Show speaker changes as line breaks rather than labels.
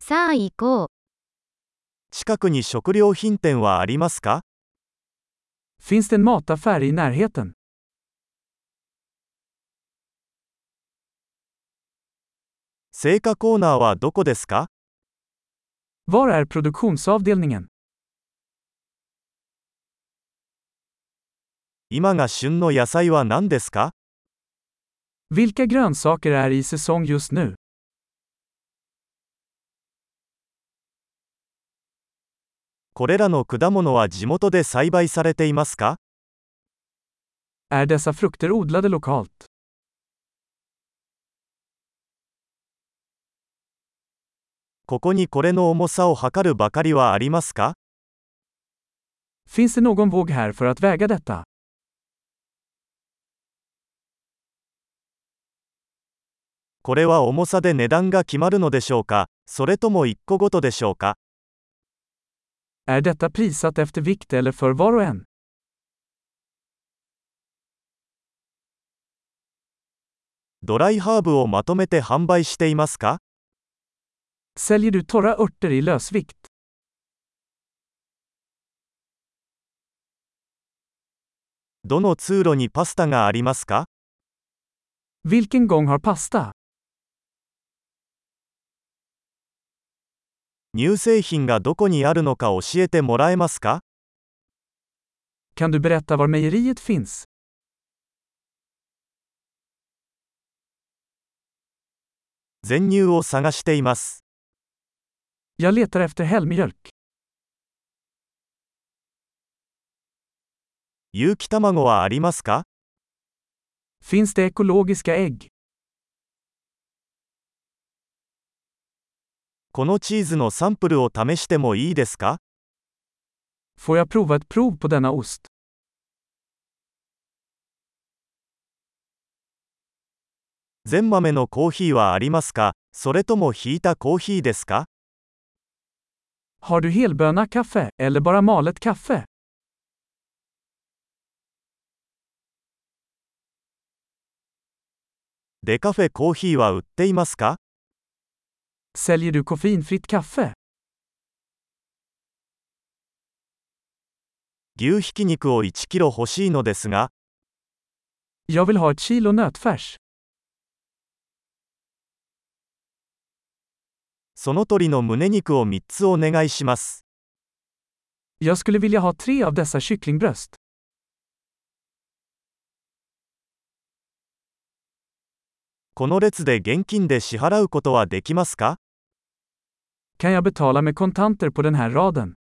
さあ行こう。
近くに食料品店はありますか
Finns det en mataffär i närheten?
青果コーナーはどこですか
Var är produktionsavdelningen?
今が旬の野菜は何ですか
Vilka grönsaker är i säsong just nu?
これらの果物は地元で栽培されていますか
Är dessa frukter odlade lokalt?
ここにこれの重さを測るばかりはありますか
Finns det någon våg här för att väga detta?
これは重さで値段が決まるのでしょうかそれとも1個ごとでしょうか
Är detta prissatt efter vikt eller för var och en?
ドライハーブをまとめて販売していますか
Säljer du torra örter i lösvikt?
どの通路にパスタがありますか
Vilken gång har pasta?
乳製品がどこにあるのか教えてもらえますか
Kan du berätta var mejeriet finns?
全乳を探しています
Jag letar efter helmjölk.
有機卵はありますか
Finns det ekologiska ägg?
このチーズのサンプルを試してもいいですか
Får jag prova ett prov på denna ost?
全豆のコーヒーはありますかそれともひいたコーヒーですか
Har du helböna kaffe, eller bara malet kaffe?
デカフェコーヒーは売っていますか
Säljer du koffeinfritt kaffe?
牛ひき肉を1キロ欲しいのですが
Jag vill ha ett kilo nötfärs.
その鳥の胸肉を3つお願いします
Jag skulle vilja ha tre av dessa kycklingbröst.
この列で現金で支払うことはできますか
Kan jag betala med kontanter på den här raden?